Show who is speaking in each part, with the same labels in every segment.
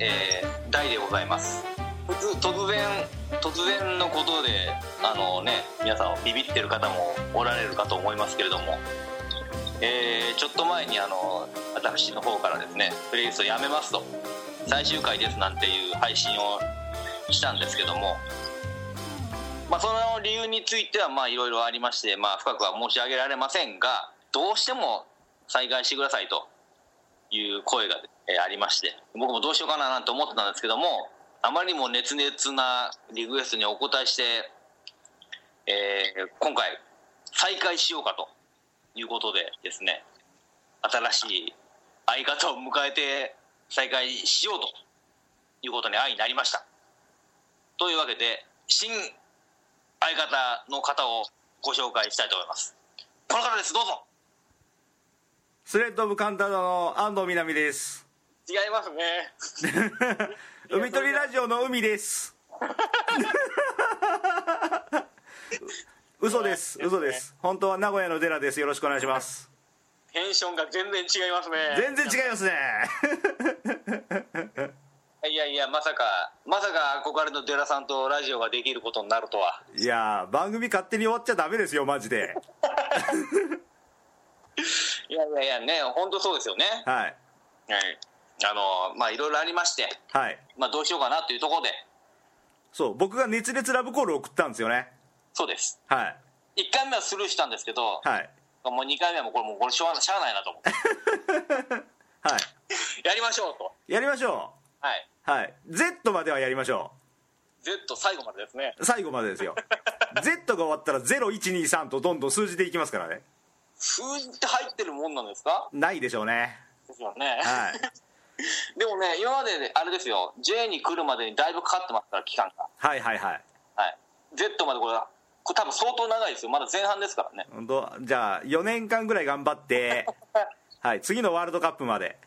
Speaker 1: えー、大でございます普通突然突然のことであのね皆さんビビってる方もおられるかと思いますけれども、えー、ちょっと前にあの私の方からですね「プレイスをやめます」と「最終回です」なんていう配信をしたんですけどもまあ、その理由についてはまあいろいろありまして、まあ、深くは申し上げられませんがどうしても再開してくださいという声が、えーありまして僕もどうしようかななんて思ってたんですけどもあまりにも熱烈なリクエストにお答えして、えー今回再開しようかということでですね新しい相方を迎えて再開しようということに相なりました。というわけで新相方の方をご紹介したいと思いますこの方ですどうぞ
Speaker 2: スレッド・オブ・カンタロの安藤みなみです
Speaker 3: 違いますね
Speaker 2: 海鳥ラジオの海です嘘です嘘です本当は名古屋の寺ですよろしくお願いします
Speaker 3: テンションが全然違いますね
Speaker 2: 全然違いますね
Speaker 1: いやいやまさかまさか憧れのデラさんとラジオができることになるとはい
Speaker 2: やー番組勝手に終わっちゃダメですよマジで
Speaker 1: いやいやいやね本当そうですよね
Speaker 2: はい
Speaker 1: はいあのまあいろいろありまして
Speaker 2: はい
Speaker 1: まあどうしようかなというところで
Speaker 2: そう僕が熱烈ラブコールを送ったんですよね
Speaker 1: そうです
Speaker 2: はい
Speaker 1: 1回目はスルーしたんですけど、
Speaker 2: はい
Speaker 1: もう2回目はもうこれもうこれしょうがないしゃあないなと思って
Speaker 2: は
Speaker 1: やりましょうと
Speaker 2: いやりましょ
Speaker 1: はいう
Speaker 2: はい Z まではやりましょ
Speaker 1: Z 最後までですね
Speaker 2: う最後までですよ Z が終わったら0123とどんどん数字でいきますからね
Speaker 1: 数字って入ってるもんなんですか
Speaker 2: ないでしょうね
Speaker 1: ですよね
Speaker 2: はい
Speaker 1: でもね今までであれですよ J に来るまでにだいぶかかってますから期間が
Speaker 2: はいはいはい
Speaker 1: はい Z までこれこれ多分相当長いですよまだ前半ですからね
Speaker 2: 本当じゃあ4年間ぐらい頑張って、はい、次のワールドカップまで、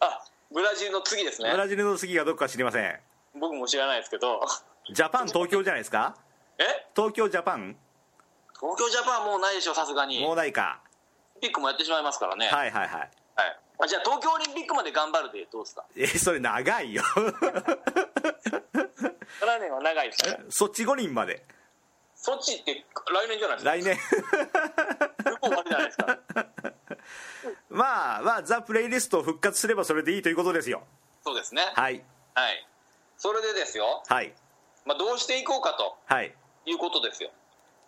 Speaker 1: あブラジルの次ですね
Speaker 2: ブラジルの次がどこか知りません
Speaker 3: 僕も知らないですけど
Speaker 2: ジャパン東京じゃないですか
Speaker 1: え
Speaker 2: 東京ジャパン
Speaker 1: 東京ジャパンもうないでしょさすがに
Speaker 2: もう
Speaker 1: オ
Speaker 2: ないか
Speaker 1: リンピックもやってしまいますからねはい、
Speaker 2: はいはいはい
Speaker 1: あじゃあ東京オリンピックまで頑張るでどうですか
Speaker 2: えそれ長いよ
Speaker 3: 7年は長いですね
Speaker 2: そっち五輪まで
Speaker 1: ソチって来年じゃないですか
Speaker 2: 来年
Speaker 1: もう終わりじゃないですか
Speaker 2: まあまあザ・プレイリストを復活すればそれでいいということですよ
Speaker 1: そうですねはい、
Speaker 2: はい
Speaker 1: それでですよ、
Speaker 2: はい
Speaker 1: まあ、どうしていこうかと
Speaker 2: はい
Speaker 1: いうことですよ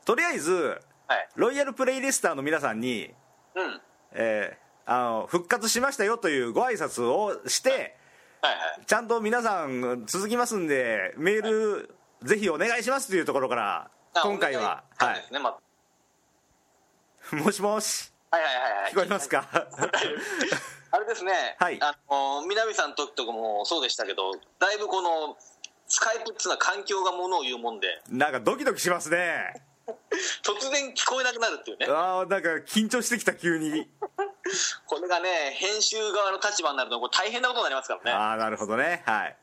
Speaker 2: とりあえず
Speaker 1: はい
Speaker 2: ロイヤルプレイリスターの皆さんに、
Speaker 1: うんはい
Speaker 2: えーあの復活しましたよというご挨拶をして
Speaker 1: はい
Speaker 2: ちゃんと皆さん続きますんでメールぜひお願いしますというところから
Speaker 1: あ
Speaker 2: 今回は
Speaker 1: お願
Speaker 2: はい
Speaker 1: ですね、まあ
Speaker 2: いもしもし
Speaker 1: はいはいはいはい
Speaker 2: 聞こえますか
Speaker 1: あれですね、
Speaker 2: はい
Speaker 1: あの南さんの時とかもそうでしたけどだいぶこのスカイプっていうのは環境がものを言うもんで
Speaker 2: なんかドキドキしますね
Speaker 1: 突然聞こえなくなるっていうね
Speaker 2: あーなんか緊張してきた急に
Speaker 1: これがね編集側の立場になるとこれ大変なことになりますからね
Speaker 2: ああなるほどねはい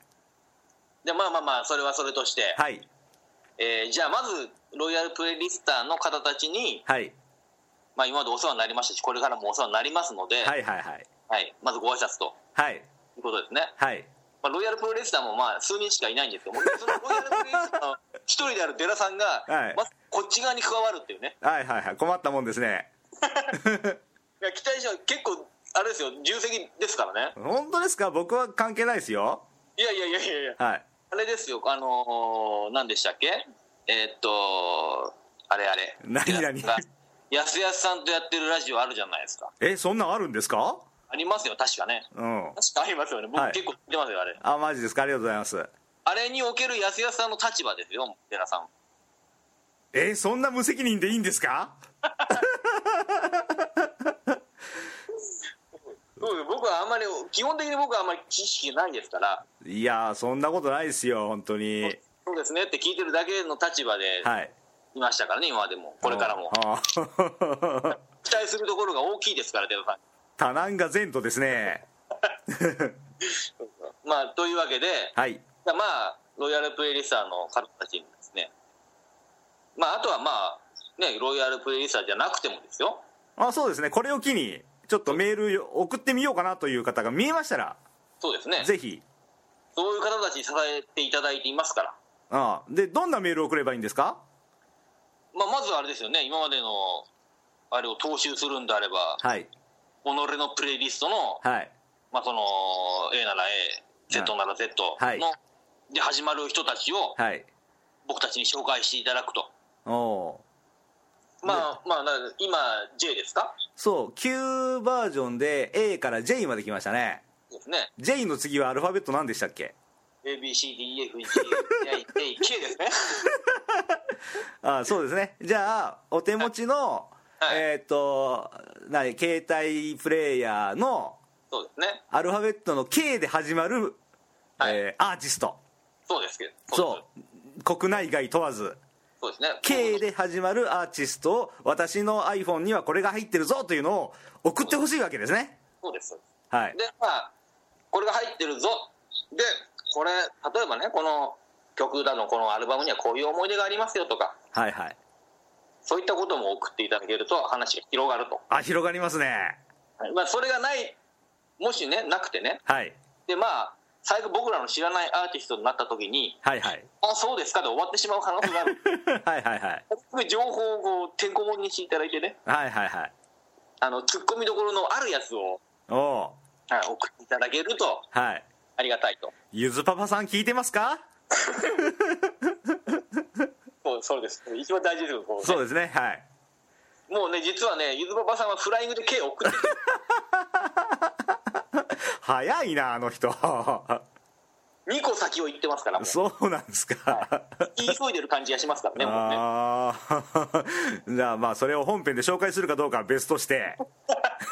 Speaker 1: でまあまあまあそれはそれとして、
Speaker 2: はい
Speaker 1: えーじゃあまずロイヤルプレイリスターの方たちに、
Speaker 2: はい
Speaker 1: まあ、今までお世話になりましたしこれからもお世話になりますので、
Speaker 2: はいはいはい
Speaker 1: はいまずご挨拶と
Speaker 2: はい
Speaker 1: いうことですね、
Speaker 2: はい
Speaker 1: まあ、ロイヤルプロレスラーもまあ数人しかいないんですけどもそのロイヤルプロレスラーの一人であるデラさんが、
Speaker 2: はい
Speaker 1: まずこっち側に加わるっていうね
Speaker 2: はいはいはい困ったもんですね
Speaker 1: いや期待者は結構あれですよ重責ですからね
Speaker 2: 本当ですか僕は関係ないですよ
Speaker 3: いやいやいやいやいや
Speaker 2: はい
Speaker 1: あれですよあのー、何でしたっけえーっとあれあれ
Speaker 2: 何々
Speaker 1: がやすやすさんとやってるラジオあるじゃないですか
Speaker 2: えそんなんあるんですか
Speaker 1: ありますよ確かね
Speaker 2: うん
Speaker 1: 確かありますよね僕
Speaker 2: はい
Speaker 1: 結構言ってますよあれ、
Speaker 2: あマジですかありがとうございます
Speaker 1: あれにおけるやすやすさんの立場ですよデラさん
Speaker 2: えーそんな無責任でいいんですか
Speaker 1: そうです僕はあんまり基本的に僕はあんまり知識ないですから
Speaker 2: いやーそんなことないですよ本当に
Speaker 1: そうですねって聞いてるだけの立場で
Speaker 2: はい
Speaker 1: いましたからね、今までもこれから も
Speaker 2: あー
Speaker 1: 期待するところが大きいですからデロさ
Speaker 2: 多難が前途ですね
Speaker 1: んまあというわけで、
Speaker 2: はい
Speaker 1: まあロイヤルプレイリスターの方たちにですねまああとはまあねロイヤルプレイリスターじゃなくてもですよ
Speaker 2: あそうですねこれを機にちょっとメール送ってみようかなという方が見えましたら
Speaker 1: そうですね
Speaker 2: ぜひ
Speaker 1: そういう方たちに支えていただいていますから、
Speaker 2: ああでどんなメールを送ればいいんですか
Speaker 4: まあ、まずあれですよね今までのあれを踏襲するんであれば
Speaker 2: はい
Speaker 4: 己のプレイリストの,、
Speaker 2: はい
Speaker 4: まあその A なら A Z なら Z の、
Speaker 2: はい
Speaker 4: で始まる人たちを
Speaker 2: はい
Speaker 4: 僕たちに紹介していただくと、
Speaker 2: おお
Speaker 1: まあまあな今 J ですか
Speaker 2: ーそう旧バージョンで A から J まで来ましたね
Speaker 1: ですね
Speaker 2: J の次はアルファベット何でしたっけ
Speaker 1: ABCDEFGAK ですね
Speaker 2: ああそうですねじゃあお手持ちの、
Speaker 1: はい
Speaker 2: えーっ、と何携帯プレイヤーの
Speaker 1: そうですね
Speaker 2: アルファベットの K で始まる、
Speaker 1: はい
Speaker 2: えーアーティスト
Speaker 1: そうですけど
Speaker 2: そう国内外問わず
Speaker 1: そうですね
Speaker 2: K で始まるアーティストを私の iPhone にはこれが入ってるぞというのを送ってほしいわけですね
Speaker 1: そうですそうです
Speaker 2: はい
Speaker 1: でまあこれが入ってるぞでこれ例えばねこの曲だのこのアルバムにはこういう思い出がありますよとか
Speaker 2: はいはい
Speaker 1: そういったことも送っていただけると話が広がると、
Speaker 2: あ広がりますね
Speaker 1: はいまあ、それがないもしねなくてね
Speaker 2: はい
Speaker 1: でまあ最後僕らの知らないアーティストになった時に
Speaker 2: はいはい
Speaker 1: 「あそうですか」で終わってしまう可能性がある
Speaker 2: はいはいはい
Speaker 1: すごい情報をこうてんこ盛りにしていただいてね
Speaker 2: はいはいはい
Speaker 1: あのツッコミどころのあるやつを、
Speaker 2: おお
Speaker 1: はい、送っていただけると
Speaker 2: ーはい
Speaker 1: ありがたいと
Speaker 2: ゆずパパさん聞いてますか
Speaker 1: そうそうです一番大事ですよこうね
Speaker 2: そうですねはい
Speaker 1: もうね実はねゆずばばさんはフライングで K を送ってきて
Speaker 2: 早いなあの人
Speaker 1: 2個先を行ってますからもう
Speaker 2: そうなんですか
Speaker 1: 言い急いでる感じがしますからねもうね
Speaker 2: ああ じゃあまあそれを本編で紹介するかどうかは別として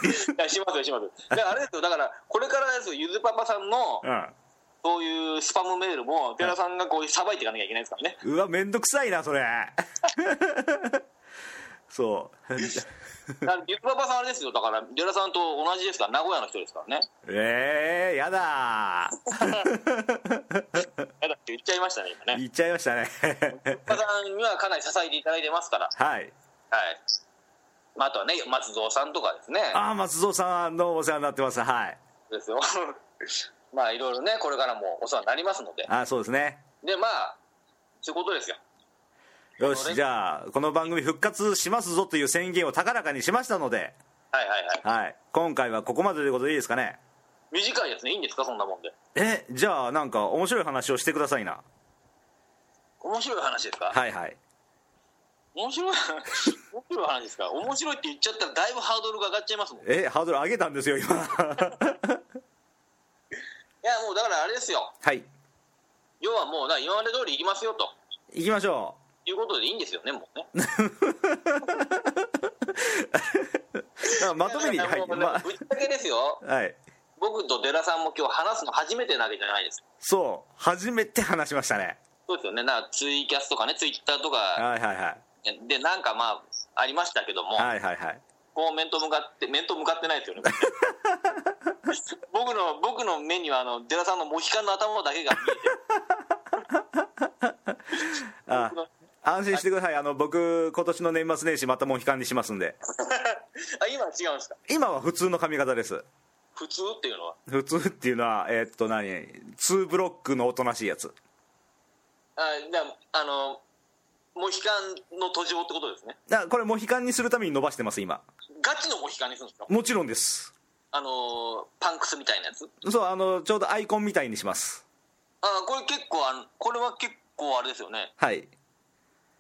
Speaker 1: いやしますよしますよだからあれですよだからこれからですよゆずパパさんの
Speaker 2: うん
Speaker 1: そういうスパムメールも寺田さんがこうさばいていかなきゃいけないですから ね
Speaker 2: うわめんどくさいなそれ そう
Speaker 1: だからゆずパパさんあれですよだから寺田さんと同じですから名古屋の人ですからね
Speaker 2: ええや
Speaker 1: や
Speaker 2: だ
Speaker 1: だって言っちゃいましたね今ね
Speaker 2: 言っちゃいましたね
Speaker 1: ゆずパパさんにはかなり支えていただいてますから
Speaker 2: は
Speaker 1: は
Speaker 2: い
Speaker 1: い、まあ、あとはね松蔵さんとかですね
Speaker 2: ああ松蔵さんどうもお世話になってますはい
Speaker 1: ですよ まあいろいろねこれからもお世話になりますので
Speaker 2: あーそうですね
Speaker 1: でまあそういうことですよ
Speaker 2: よしじゃあこの番組復活しますぞという宣言を高らかにしましたので、
Speaker 1: はいはいはい
Speaker 2: はい、今回はここまでということでいいですかね
Speaker 1: 短いですねいいんですかそんなもんで
Speaker 2: えじゃあなんか面白い話をしてくださいな
Speaker 1: 面白い話ですか、
Speaker 2: はいはい
Speaker 1: 面白い 面白い話ですか面白いって言っちゃったらだいぶハードルが上がっちゃいますもんい
Speaker 2: えハードル上げたんです よ今
Speaker 1: やもうだからあれですよ
Speaker 2: はい
Speaker 1: 要はもうな今まで通り行きますよと
Speaker 2: 行きましょ
Speaker 1: いうことでいいんですよねもうね
Speaker 2: うあまとめに
Speaker 1: だ
Speaker 2: は
Speaker 1: から
Speaker 2: い、
Speaker 1: もう
Speaker 2: ま
Speaker 1: ぶっちゃけですよ
Speaker 2: はい、
Speaker 1: 僕と寺さんも今日話すの初めてなわけじゃないです
Speaker 2: そう初めて話しましたね
Speaker 1: そうですよねなツイキャスとかねツイッターとか
Speaker 2: はいはいはい
Speaker 1: でなんかまあありましたけども、
Speaker 2: はいはいはい
Speaker 1: こう面と向かって面と向かってないですよ ね僕の僕の目にはあの寺さんのモヒカンの頭だけが見えてる
Speaker 2: あ安心してくださいあの僕今年の年末年始またもう悲観にしますんで
Speaker 1: あ今は違うんですか
Speaker 2: 今は普通の髪型です
Speaker 1: 普通っていうのは
Speaker 2: 普通っていうのはえーっと何2ブロックのおとなしいやつ
Speaker 1: あじゃああのモヒカンの途上ってことですね
Speaker 2: だこれモヒカンにするために伸ばしてます今
Speaker 1: ガチのモヒカンにするんですか
Speaker 2: もちろんです
Speaker 1: あのパンクスみたいなやつ
Speaker 2: そうあのちょうどアイコンみたいにします
Speaker 1: あこれ結構あのこれは結構あれですよね
Speaker 2: はい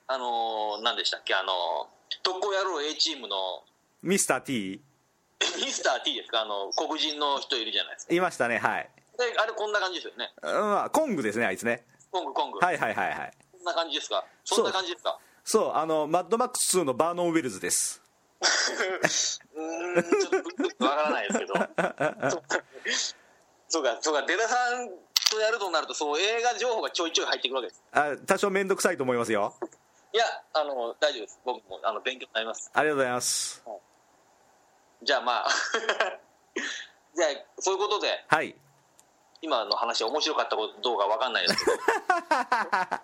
Speaker 1: あの何でしたっけあの特攻野郎 A チームの
Speaker 2: ミスター T
Speaker 1: えミスター T ですかあの黒人の人いるじゃないですか
Speaker 2: いましたねはい、
Speaker 1: であれこんな感じですよね
Speaker 2: うんまあ、コングですねあいつね
Speaker 1: コングコング、
Speaker 2: はいはいはいはい
Speaker 1: こんな感じですか
Speaker 2: そう
Speaker 1: そんな感じですか
Speaker 2: そうあのマッドマックス2のバーノン・ウェルズです
Speaker 1: うーんちょっとわからないですけど そうかそうか出田さんとやるとなるとそう映画情報がちょいちょい入ってくるわけです
Speaker 2: あ多少面倒くさいと思いますよ
Speaker 1: いやあの大丈夫です僕もあの勉強になります
Speaker 2: ありがとうございます
Speaker 1: じゃあまあ じゃあそういうことで
Speaker 2: はい
Speaker 1: 今の話面白かったことどうかわかんないですけど そ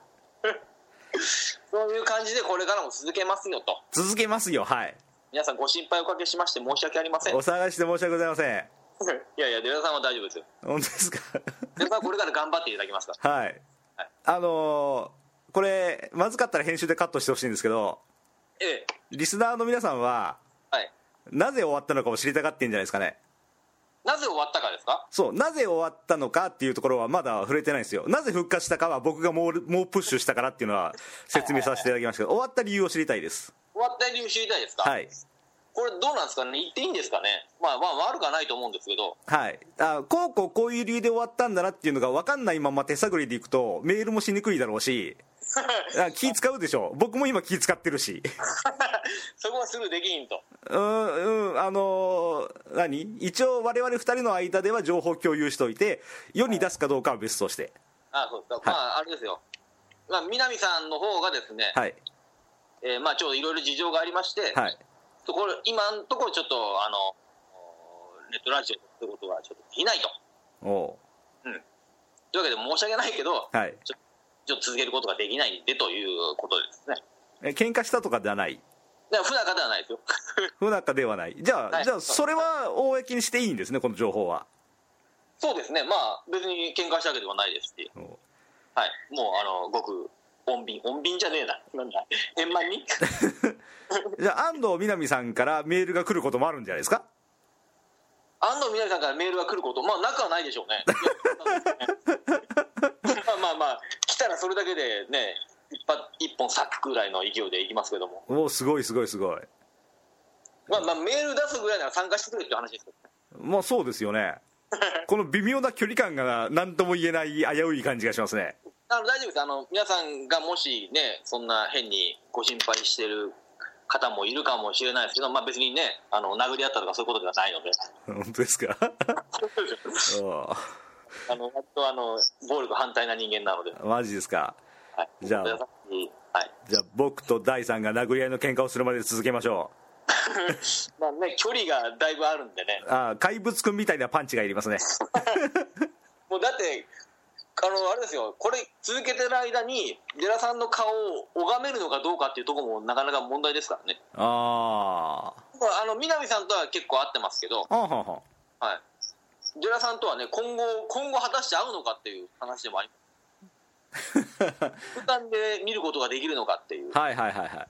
Speaker 1: ういう感じでこれからも続けますよと
Speaker 2: 続けますよはい
Speaker 1: 皆さんご心配おかけしまして申し訳ありません
Speaker 2: お探しで申し訳ございません
Speaker 1: いやいや、デラさんは大丈夫ですよ。
Speaker 2: 本当ですか
Speaker 1: デラさんはこれから頑張っていただきますか
Speaker 2: はい
Speaker 1: はい
Speaker 2: あのーこれまずかったら編集でカットしてほしいんですけど
Speaker 1: ら。ええ。
Speaker 2: リスナーの皆さんは
Speaker 1: はい。
Speaker 2: なぜ終わったのかを知りたがってんじゃないですかね
Speaker 1: なぜ終わったかですか
Speaker 2: そうなぜ終わったのかっていうところはまだ触れてないんですよなぜ復活したかは僕がもう猛プッシュしたからっていうのは説明させていただきましたけど終わった理由を知りたいです
Speaker 1: 終わった理由知りたいですか
Speaker 2: はい
Speaker 1: これどうなんですかね言っていいんですかねまあまあ悪くはないと思うんですけど。
Speaker 2: はいあこうこうこういう理由で終わったんだなっていうのが分かんないまま手探りでいくとメールもしにくいだろうしあ気使うでしょ僕も今気使ってるし
Speaker 1: そこはすぐできんと。
Speaker 2: うんうんあのー何一応我々2人の間では情報共有しといて世に出すかどうかは別として
Speaker 1: ああそうですか。まああれですよ。まあ南さんの方がですね、
Speaker 2: はい
Speaker 1: えーまあちょっといろいろ事情がありまして、
Speaker 2: はい
Speaker 1: ところ今のところちょっとあの、おネットラジオってことはちょっとできないと。
Speaker 2: お
Speaker 1: というわけで申し訳ないけど、
Speaker 2: うはい
Speaker 1: ちょっと続けることができないんでということですね。
Speaker 2: え喧嘩したとかではない
Speaker 1: だから不仲ではないですよ。
Speaker 2: 不仲ではないじゃあ、
Speaker 1: はい
Speaker 2: じゃあそれは公にしていいんですねこの情報は
Speaker 1: そうですね。まあ別に喧嘩したわけでもないですし。
Speaker 2: お
Speaker 1: はい、もうあのごく穏便穏便じゃねえななんだ円満に
Speaker 2: じゃあ安藤みなみさんからメールが来ることもあるんじゃないですか
Speaker 1: 安藤みなみさんからメールが来ることまあなくはないでしょうね まあまあまあ来たらそれだけでね一発一本サックぐらいの勢いでいきますけども、
Speaker 2: おおすごいすごいすごい
Speaker 1: まあ、まあメール出すぐらいなら参加してくれっていう話ですけどね
Speaker 2: まあそうです よねこの微妙な距離感が何とも言えない危うい感じがしますね
Speaker 1: あの大丈夫ですあの皆さんがもしねそんな変にご心配してる方もいるかもしれないですけど、まあ、別にねあの殴り合ったとかそういうことではないので
Speaker 2: 本当ですかお
Speaker 1: あの割とあの暴力反対な人間なので。
Speaker 2: うマジですか
Speaker 1: はい、
Speaker 2: じゃあ
Speaker 1: 優しいはい
Speaker 2: じゃあ僕と大さんが殴り合いの喧嘩をするまで続けましょ
Speaker 1: まあね、距離がだいぶあるんでね
Speaker 2: う、ああ怪物くんみたいなパンチがいりますね
Speaker 1: もうだって、あのあれですよ、これ続けてる間に、デラさんの顔を拝めるのかどうかっていうところもなかなか問題ですからね、
Speaker 2: ああ
Speaker 1: まああの南さんとは結構会ってますけど、
Speaker 2: はんはんはん
Speaker 1: はい、デラさんとはね、今後、今後果たして会うのかっていう話でもあります。普段で見ることができるのかっていう、
Speaker 2: はいはいはいはい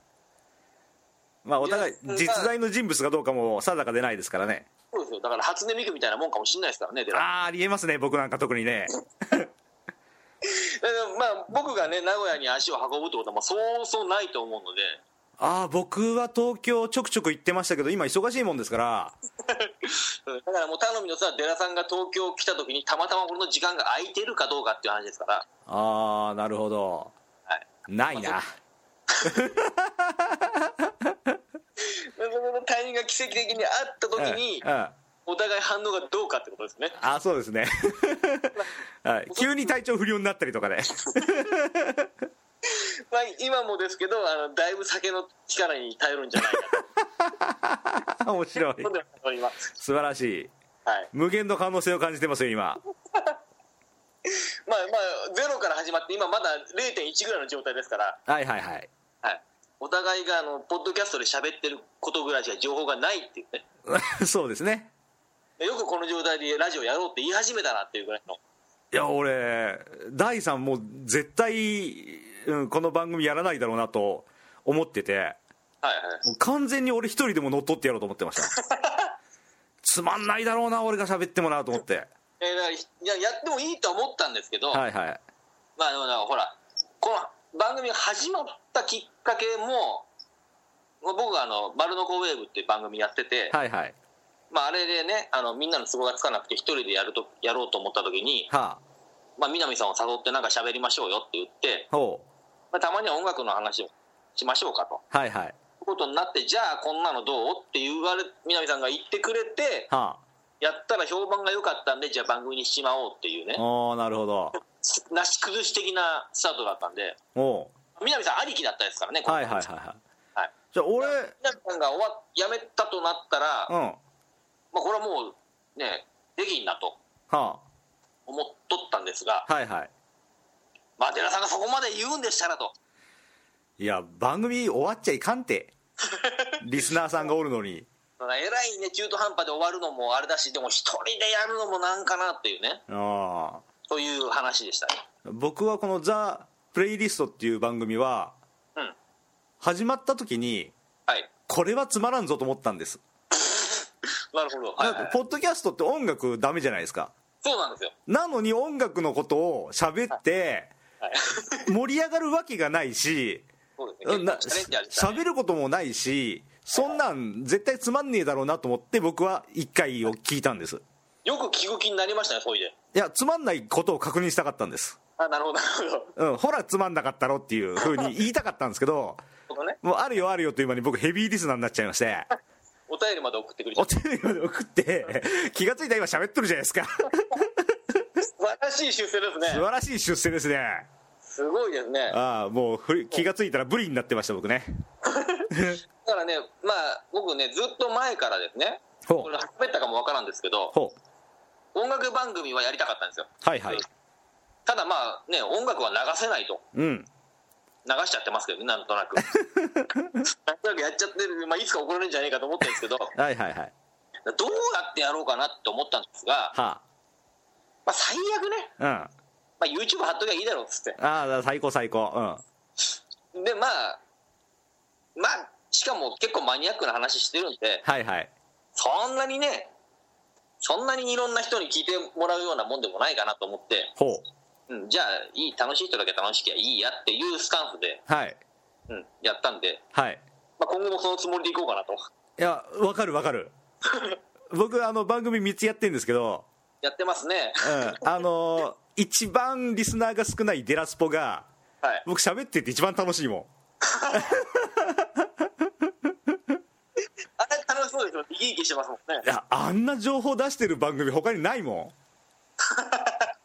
Speaker 2: まあお互い実在の人物かどうかも定かでないですからね
Speaker 1: そうですよ、だから初音ミクみたいなもんかもしれないですからね、デ
Speaker 2: あ
Speaker 1: ラさん
Speaker 2: あありえますね僕なんか特にね
Speaker 1: えーまあ、僕がね、名古屋に足を運ぶってことは、まあ、そうそうないと思うので。
Speaker 2: ああ僕は東京ちょくちょく行ってましたけど今忙しいもんですから
Speaker 1: だからもう頼みのさ、デラさんが東京来た時にたまたまこの時間が空いてるかどうかっていう話ですから、
Speaker 2: ああなるほど
Speaker 1: は
Speaker 2: ないな
Speaker 1: そのタイミングが奇跡的にあった時に
Speaker 2: うん、うん
Speaker 1: お互い反応がどうかってことですね。
Speaker 2: あそう ですね、はい、急に体調不良になったりとかで、
Speaker 1: まあ、今もですけど、あのだいぶ酒の力に頼るんじゃないか
Speaker 2: あ 面白 い
Speaker 1: と思ってます、
Speaker 2: 素晴らしい
Speaker 1: はい、
Speaker 2: 無限の可能性を感じてますよ今
Speaker 1: まあまあ、ゼロから始まって、今まだ0.1ぐらいの状態ですから、
Speaker 2: はいはいはい
Speaker 1: はい、お互いがあのポッドキャストで喋ってることぐらいしか情報がないっていうね。
Speaker 2: そうですね
Speaker 1: よくこの状態でラジオやろうって言い始めたなっていうぐらいの。
Speaker 2: いや俺第3もう絶対、うん、この番組やらないだろうなと思ってて
Speaker 1: はいはい。
Speaker 2: もう完全に俺一人でも乗っ取ってやろうと思ってましたつまんないだろうな俺が喋ってもなと思って
Speaker 1: えーだからいややってもいいとは思ったんですけど、
Speaker 2: はいはい
Speaker 1: まあでもなんかほらこの番組が始まったきっかけもまあ僕はあの「丸のコウェーブ」っていう番組やってて、
Speaker 2: はいはい
Speaker 1: まあ、あれでねあのみんなの都合がつかなくて一人でやるとやろうと思った時に、
Speaker 2: はあ
Speaker 1: まあ、南さんを誘ってなんか喋りましょうよって言って、
Speaker 2: ほう
Speaker 1: まあ、たまには音楽の話をしましょうかと。
Speaker 2: はいはい
Speaker 1: いうことになってじゃあこんなのどうって言われ南さんが言ってくれて
Speaker 2: は
Speaker 1: やったら評判が良かったんでじゃあ番組にしまおうっていうね
Speaker 2: あおーなるほど
Speaker 1: なし崩し的なスタートだったんで
Speaker 2: お
Speaker 1: 南さんありきだったですからね、
Speaker 2: うはいはいはい
Speaker 1: こ
Speaker 2: はい、
Speaker 1: はい、
Speaker 2: じゃあ俺
Speaker 1: の南さんが終わやめたとなったら、
Speaker 2: うんは
Speaker 1: まあ、これはもうね、できんなと
Speaker 2: あ
Speaker 1: 思っとったんですが、
Speaker 2: はいはい
Speaker 1: まあ、寺さんがそこまで言うんでしたらと、
Speaker 2: いや番組終わっちゃいかんてリスナーさんがおるのに
Speaker 1: えらいね中途半端で終わるのもあれだしでも一人でやるのもなんかなっていうね
Speaker 2: あ
Speaker 1: という話でしたね
Speaker 2: あ僕はこの「ザ・プレイリスト」っていう番組は
Speaker 1: うん
Speaker 2: 始まった時に
Speaker 1: はい
Speaker 2: これはつまらんぞと思ったんです、
Speaker 1: なるほど、はいはい
Speaker 2: だってポッドキャストって音楽ダメじゃないですか
Speaker 1: そうなんですよ
Speaker 2: なのに音楽のことを喋って
Speaker 1: はい
Speaker 2: 盛り上がるわけがないし
Speaker 1: そうですね
Speaker 2: な
Speaker 1: 結構チャレンジありましたね
Speaker 2: 喋ることもないしそんなん絶対つまんねえだろうなと思って僕は1回を聞いたんです
Speaker 1: よく聞く気になりましたねそいで
Speaker 2: いやつまんないことを確認したかったんです、
Speaker 1: あなるほどなるほど
Speaker 2: うん、ほらつまんなかったろっていうふうに言いたかったんですけど
Speaker 1: このね
Speaker 2: もうあるよあるよという間に僕ヘビーリスナーになっちゃいまして
Speaker 1: お便りまで送ってくれちゃ
Speaker 2: お
Speaker 1: った
Speaker 2: 手紙まで送って気がついたら今喋ってるじゃないですか
Speaker 1: 素晴らしい出世です
Speaker 2: 素
Speaker 1: ね
Speaker 2: 晴らしい出世ですね
Speaker 1: すごいですね
Speaker 2: ああもうふり気がついたらブリになってました僕ね
Speaker 1: だからねまあ僕ねずっと前からですね
Speaker 2: ほ
Speaker 1: これ始めたかもわからんですけど
Speaker 2: ほ
Speaker 1: 音楽番組はやりたかったんですよ
Speaker 2: はいはい
Speaker 1: ただまあね音楽は流せないと
Speaker 2: うん
Speaker 1: 流しちゃってますけどねなんとな くなんとなくやっちゃってる、まあ、いつか怒られるんじゃないかと思ってるんですけどどう
Speaker 2: はいはいはいは
Speaker 1: やってやろうかなって思ったんですが、
Speaker 2: あ
Speaker 1: まあ、最悪ね、
Speaker 2: うんあ
Speaker 1: まあ、YouTube 貼っときゃいいだろうっつって
Speaker 2: あ最高最高
Speaker 1: でまあまあしかも結構マニアックな話してるんで
Speaker 2: うんはいはい
Speaker 1: そんなにねそんなにいろんな人に聞いてもらうようなもんでもないかなと思って、
Speaker 2: ほ
Speaker 1: うん、じゃあいい楽しい人だけ楽しきゃいいやっていうスタンスで、
Speaker 2: うはい
Speaker 1: うん、やったんで、
Speaker 2: はい
Speaker 1: まあ、今後もそのつもりでいこうかなと
Speaker 2: いやわかるわかる僕あの番組3つやってるんですけど、
Speaker 1: やってますね
Speaker 2: うん、あのー一番リスナーが少ないデラスポが
Speaker 1: はい
Speaker 2: 僕喋ってて一番楽しいもん
Speaker 1: あれ楽しそうですよ生き生きしてますもんね
Speaker 2: いやあんな情報出してる番組他にないも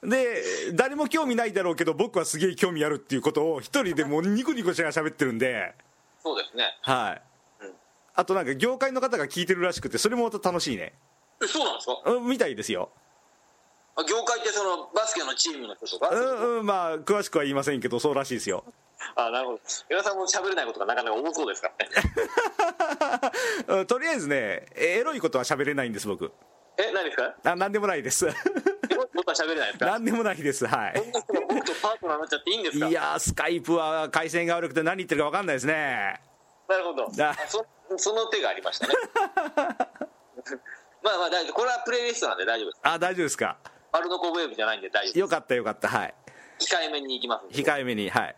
Speaker 2: んで誰も興味ないだろうけど僕はすげえ興味あるっていうことを一人でもうニコニコしながら喋ってるんで
Speaker 1: そうですね
Speaker 2: はい
Speaker 1: うん
Speaker 2: あとなんか業界の方が聞いてるらしくてそれもまた楽しいね
Speaker 1: えそうなんですか
Speaker 2: うんみたいですよ
Speaker 1: あ業界ってそのバスケのチームの人とか、
Speaker 2: うんうんまあ詳しくは言いませんけどそうらしいですよ
Speaker 1: あなるほど皆さんも喋れないことがなかなか多そうですからね
Speaker 2: うんとりあえずねエロいことは喋れないんです僕
Speaker 1: え何ですか
Speaker 2: あ何でもないです
Speaker 1: エロいことは喋れないですか
Speaker 2: 何でもないですはい
Speaker 1: こんな人が僕とパートナーになっちゃっていいんです
Speaker 2: い
Speaker 1: か
Speaker 2: やースカイプは回線が悪くて何言ってるか分かんないですね
Speaker 1: なるほど
Speaker 2: あ
Speaker 1: あそその手がありま したねまあまあ大丈夫これはプレイリストなんで大丈夫です
Speaker 2: あ大丈夫ですか
Speaker 1: 丸のコウェーブじゃないんで大丈夫で
Speaker 2: よかったよかったはい
Speaker 1: す控えめに行きますんで
Speaker 2: 控えめにはい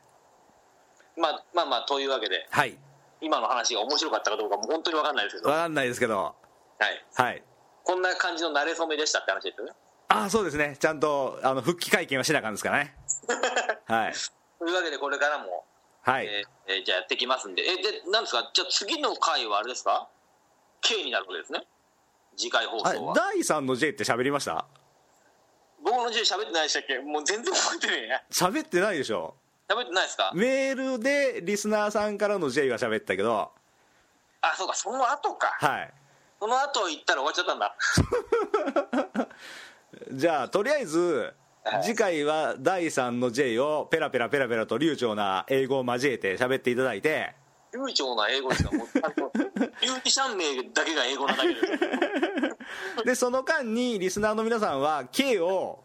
Speaker 1: まあまあまあというわけで
Speaker 2: はい
Speaker 1: 今の話が面白かったかどうかもう本当に分かんないですけど、
Speaker 2: 分
Speaker 1: はい、
Speaker 2: かんないですけどはい
Speaker 1: こんな感じの慣れ初めでしたって話ですよね
Speaker 2: あそうですねちゃんとあの復帰会見はしなあかんですか らねはい
Speaker 1: というわけでこれからも、
Speaker 2: はい、
Speaker 1: えーえーじゃあやっていきますんでえでなんですかじゃあ次の回はあれですか K になるわけですね次回放
Speaker 2: あれ
Speaker 1: 送は
Speaker 2: 第3の J って喋りました
Speaker 1: 僕の字喋ってないでしたっけもう全然覚えてねえや
Speaker 2: 喋ってないでしょ
Speaker 1: 喋ってないですか
Speaker 2: メールでリスナーさんからの J は喋ったけど
Speaker 1: あそうかその後か
Speaker 2: はい
Speaker 1: その後行ったら終わっちゃったんだ
Speaker 2: じゃあとりあえず
Speaker 1: はい
Speaker 2: 次回は第3の J をペラペラペラペラと流暢な英語を交えて喋っていただいて
Speaker 1: 流暢な英語ですかもうあ のミュージシャン名だけが英語なだけですはい
Speaker 2: でその間にリスナーの皆さんは K を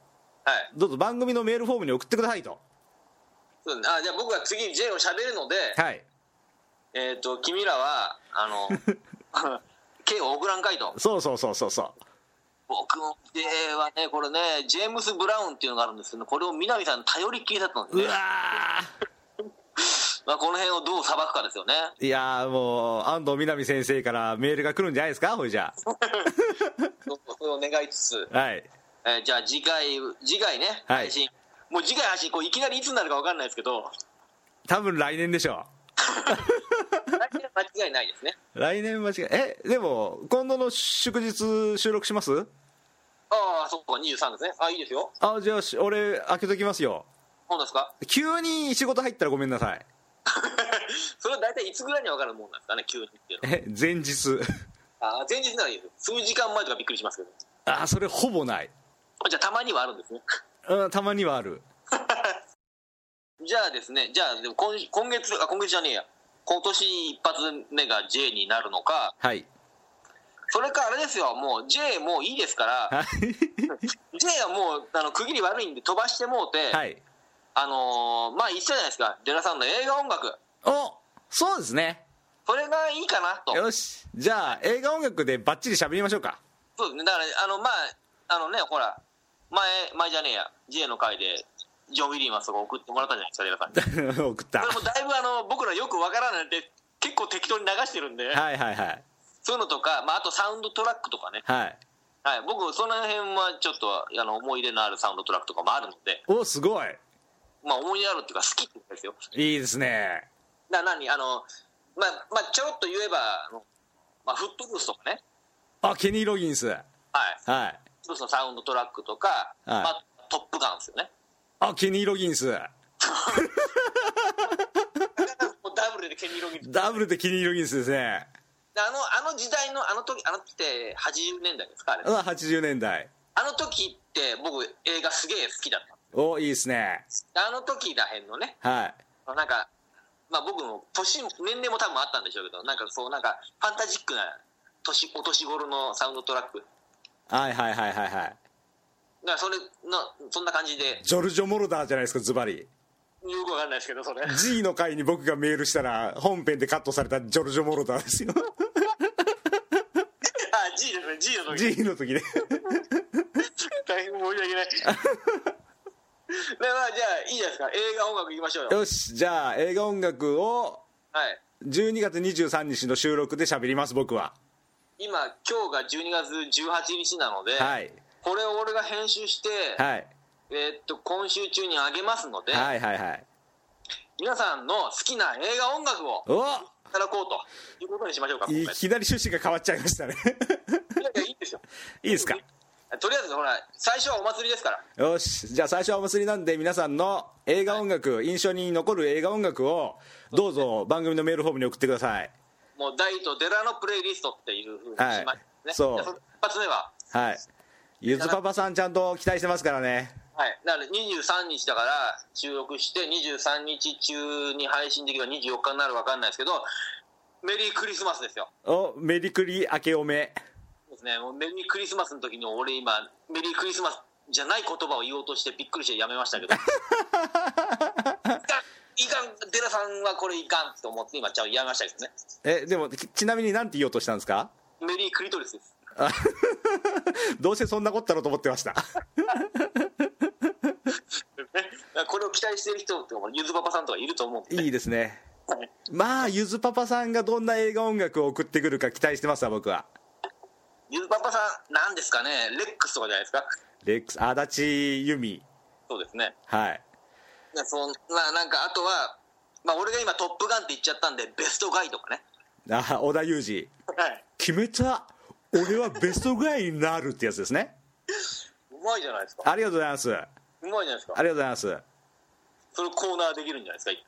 Speaker 2: どうぞ番組のメールフォームに送ってくださいと
Speaker 1: そうですねあじゃあ僕が次 J を喋るので、
Speaker 2: はい
Speaker 1: えっ、と君らはあ の K を送らんかいと
Speaker 2: そうそうそうそうそう
Speaker 1: 僕の J はねこれねジェームス・ブラウンっていうのがあるんですけど、これを南さん頼りっきりだったんです
Speaker 2: う
Speaker 1: ね
Speaker 2: わ
Speaker 1: まあ、この辺をどう裁くかですよね
Speaker 2: ーいやーもう安藤みなみ先生からメールが来るんじゃないですかほいじゃ
Speaker 1: そうそれを願いつつ、
Speaker 2: あはい
Speaker 1: えーじゃあ次回次回ね
Speaker 2: はい
Speaker 1: 配信、もう次回配信こういきなりいつになるか分かんないですけ ど
Speaker 2: 多分来年でしょ
Speaker 1: 来年間違いないですね
Speaker 2: う来年間違いえでも今度の祝日収録します
Speaker 1: ああ、そっか、23ですね。あいいですよ。
Speaker 2: あじゃあし俺開けときますよ
Speaker 1: そうですか
Speaker 2: 急に仕事入ったらごめんなさい
Speaker 1: それは大体いつぐらいに分かるもんなんですかね、急にっていうの
Speaker 2: え前日
Speaker 1: は。あー前日ならいいですよ。数時間前とかびっくりしますけど。
Speaker 2: あーそれほぼない、
Speaker 1: じゃあ、たまにはあるんですね。
Speaker 2: うん、たまにはある
Speaker 1: じゃあですね、じゃあ、でも今今月、あ、今月じゃねえや。今年一発目が J になるのか、
Speaker 2: はい
Speaker 1: それかあれですよ、もう J もういいですから、J はもうあの区切り悪いんで飛ばしてもうて、
Speaker 2: はい
Speaker 1: あのーまあ一緒じゃないですか、デラさんの映画音楽、
Speaker 2: おそうですね
Speaker 1: それがいいかなと。
Speaker 2: よしじゃあ映画音楽でバッチリ喋りましょうか
Speaker 1: そうですね、だから、あの、まあ、あのね、ほら、前、前じゃねえや、J の回で、ジョン・ウィリーマスが送ってもらったじゃないですか、皆 さんに。
Speaker 2: 送った
Speaker 1: それもだいぶ、あの、僕らよくわからないんで、結構適当に流してるんで、
Speaker 2: はいはいはい
Speaker 1: そういうのとか、まあ、あとサウンドトラックとかね、
Speaker 2: はい
Speaker 1: はい、僕、その辺はちょっと、あの、思い入れのあるサウンドトラックとかもあるので、
Speaker 2: おすごい
Speaker 1: まあ、思い入れあるっていうか、好きってことですよ。
Speaker 2: いいですね
Speaker 1: な、なに、あの、まあ、まあ、ちょろっと言えば、あのまあ、フットブースとかね、
Speaker 2: あケニー・ロギンスはい
Speaker 1: はい、フッ
Speaker 2: あ
Speaker 1: トブースのサウンドトラックとか、まあ、トップガンですよね。
Speaker 2: ケニー・ロギンス
Speaker 1: もうダブルでケニー・ロギンス
Speaker 2: ダブルでケニー・ロギンスですね
Speaker 1: であのあの時代のあの時あの時って80年代ですかあれ
Speaker 2: うわ80年代
Speaker 1: あの時って僕映画すげえ好きだっ
Speaker 2: おいいですね
Speaker 1: たあの時らへんのね
Speaker 2: はい
Speaker 1: なんかまあ僕も年も年齢も多分あったんでしょうけどなんかそうなんかファンタジックな年お年頃のサウンドトラックだ
Speaker 2: はいはいはいはいはい
Speaker 1: からそれのそんな感じで
Speaker 2: ジョルジョ・モロダーじゃないですかズバリ
Speaker 1: よくわかんないですけど それ
Speaker 2: G の回に僕がメールしたら本編でカットされたジョルジョ・モロダーですよ
Speaker 1: あ G ですね G の時
Speaker 2: G の時で
Speaker 1: 大変申し訳ないでまあじゃあいいじゃないですか映画音楽いきましょうよ
Speaker 2: よしじゃあ映画音楽を
Speaker 1: はい
Speaker 2: 12月23日の収録で喋ります僕は
Speaker 1: 今今日が12月18日なので、
Speaker 2: はい
Speaker 1: これを俺が編集して、
Speaker 2: はい
Speaker 1: えーっと今週中にあげますので、
Speaker 2: はいはいはい
Speaker 1: 皆さんの好きな映画音楽を
Speaker 2: お
Speaker 1: いただこうということにしましょうか今
Speaker 2: い
Speaker 1: 回
Speaker 2: きなり趣旨が変わっちゃいましたね
Speaker 1: いやいやいいですよ
Speaker 2: いいですか
Speaker 1: とりあえずほら最初はお祭りですから
Speaker 2: よしじゃあ最初はお祭りなんで皆さんの映画音楽、印象に残る映画音楽をどうぞ番組のメールフォームに送ってください
Speaker 1: もう大とデラのプレイリストっていうふうに
Speaker 2: はい
Speaker 1: しましね、
Speaker 2: そう
Speaker 1: じゃあの一発目は
Speaker 2: はいゆずパパさんちゃんと期待してますからね
Speaker 1: はいだから23日だから収録して23日中に配信できれば24日になるか分かんないですけどメリークリスマスですよ
Speaker 2: おメリクリ明けおめ
Speaker 1: そうですね、もうメリークリスマスの時に俺今メリークリスマスじゃない言葉を言おうとしてびっくりしてやめましたけどいかんいかんデラさんはこれいかんと思って今ちゃうやめましたけどね
Speaker 2: えでもちちなみになんて言おうとしたんですか
Speaker 1: メリークリトリスです
Speaker 2: あどうせそんなことだろうと思ってました
Speaker 1: これを期待してる人ってゆずパパさんとかいると思うんで
Speaker 2: いいですね
Speaker 1: はい
Speaker 2: まあゆずパパさんがどんな映画音楽を送ってくるか期待してますわ僕は
Speaker 1: ゆずパパさんなんですかねレックスとかじゃないですか
Speaker 2: レックス足立由美
Speaker 1: そうですね
Speaker 2: はい
Speaker 1: なそんななんかあとは、まあ、俺が今「トップガン」って言っちゃったんでベストガイとかね
Speaker 2: あ織田裕二
Speaker 1: はい
Speaker 2: 決めた俺はベストガイになるってやつですね
Speaker 1: うまいじゃないですか
Speaker 2: ありがとうございますあ
Speaker 1: うまいじゃないですか
Speaker 2: りがとうございます
Speaker 1: それコーナーできるんじゃないです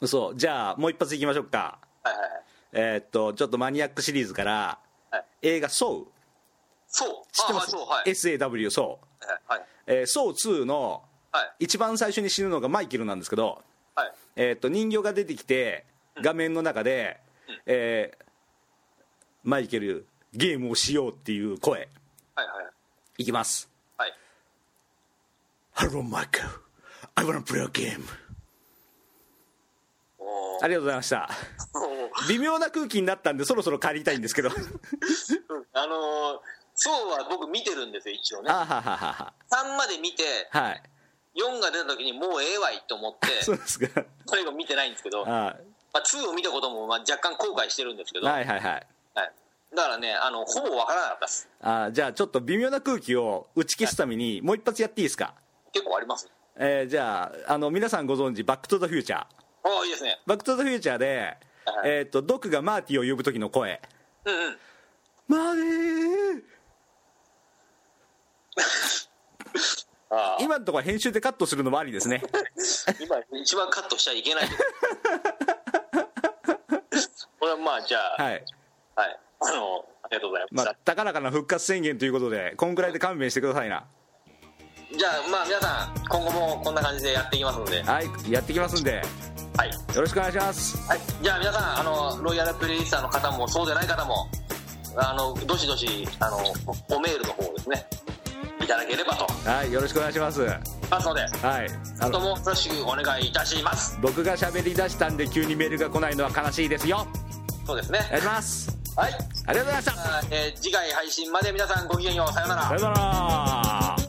Speaker 1: か
Speaker 2: そうじゃあもう一発いきましょうか
Speaker 1: はいはいはい
Speaker 2: えーっとちょっとマニアックシリーズから、
Speaker 1: はい
Speaker 2: 映画「ソウ
Speaker 1: そう。
Speaker 2: 知ってま
Speaker 1: あ
Speaker 2: す
Speaker 1: そう、はい。
Speaker 2: SAW ソウ
Speaker 1: はい。
Speaker 2: えー、ソウ2の
Speaker 1: はい。
Speaker 2: 一番最初に死ぬのがマイケルなんですけど、
Speaker 1: はい。
Speaker 2: えーっと人形が出てきて画面の中で、えーマイケルゲームをしよう」っていう声
Speaker 1: はい。はい。
Speaker 2: いきます
Speaker 1: はい。
Speaker 2: Hello, Michael. I wanna play a game.
Speaker 1: お
Speaker 2: ありがとうございました。
Speaker 1: ー
Speaker 2: 微妙な空気になったんで、そろそろ帰りたいんですけど。
Speaker 1: あのー、そうは僕見てるんですよ、一応ね。
Speaker 2: あはははは。
Speaker 1: 3まで見て、
Speaker 2: はい。
Speaker 1: 4が出た時にもうええわいと思って、
Speaker 2: そうですか。
Speaker 1: それ以後見てないんですけど、ま
Speaker 2: あ
Speaker 1: あ、2を見たこともまあ若干後悔してるんですけど、は。
Speaker 2: はいいはいはい。
Speaker 1: だからね、あの、ほぼわからなかったです。
Speaker 2: あじゃあ、ちょっと微妙な空気を打ち消すために、もう一発やっていいですか。
Speaker 1: 結構あります。
Speaker 2: えーじゃあ、あの、皆さんご存知、バックトゥザフューチャー。
Speaker 1: ああ、いいですね。
Speaker 2: バックトゥザフューチャーで、
Speaker 1: はい
Speaker 2: えっ、と、ドクがマーティを呼ぶ時の声。
Speaker 1: うんうん。
Speaker 2: マーティー
Speaker 1: ああ
Speaker 2: 今のところは編集でカットするのもありですね。
Speaker 1: 今、一番カットしちゃいけ ない。これはまあ、じゃあ、はい。
Speaker 2: はい。
Speaker 1: あの、ありがとうございま
Speaker 2: ま
Speaker 1: した
Speaker 2: あ。、高らかな復活宣言ということで、こんくらいで勘弁してくださいな。
Speaker 1: じゃあまあ皆さん今後もこんな感じでやっていきますので、
Speaker 2: はい、やってきますんで、
Speaker 1: はい
Speaker 2: よろしくお願いします。
Speaker 1: はい、じゃあ皆さんあのロイヤルプレイリスターの方もそうでない方もあのどしどしあのおおメールの方をですねいただければと思い
Speaker 2: はいよろしくお願いしますはい
Speaker 1: ますので
Speaker 2: あ
Speaker 1: と
Speaker 2: の
Speaker 1: もよろしくお願いいたします
Speaker 2: 僕が喋り出したんで急にメールが来ないのは悲しいですよ
Speaker 1: そうですね
Speaker 2: お願いします
Speaker 1: はい
Speaker 2: ありがとうございました
Speaker 1: あーえー次回配信まで皆さんごきげんようさようなら
Speaker 2: さよなら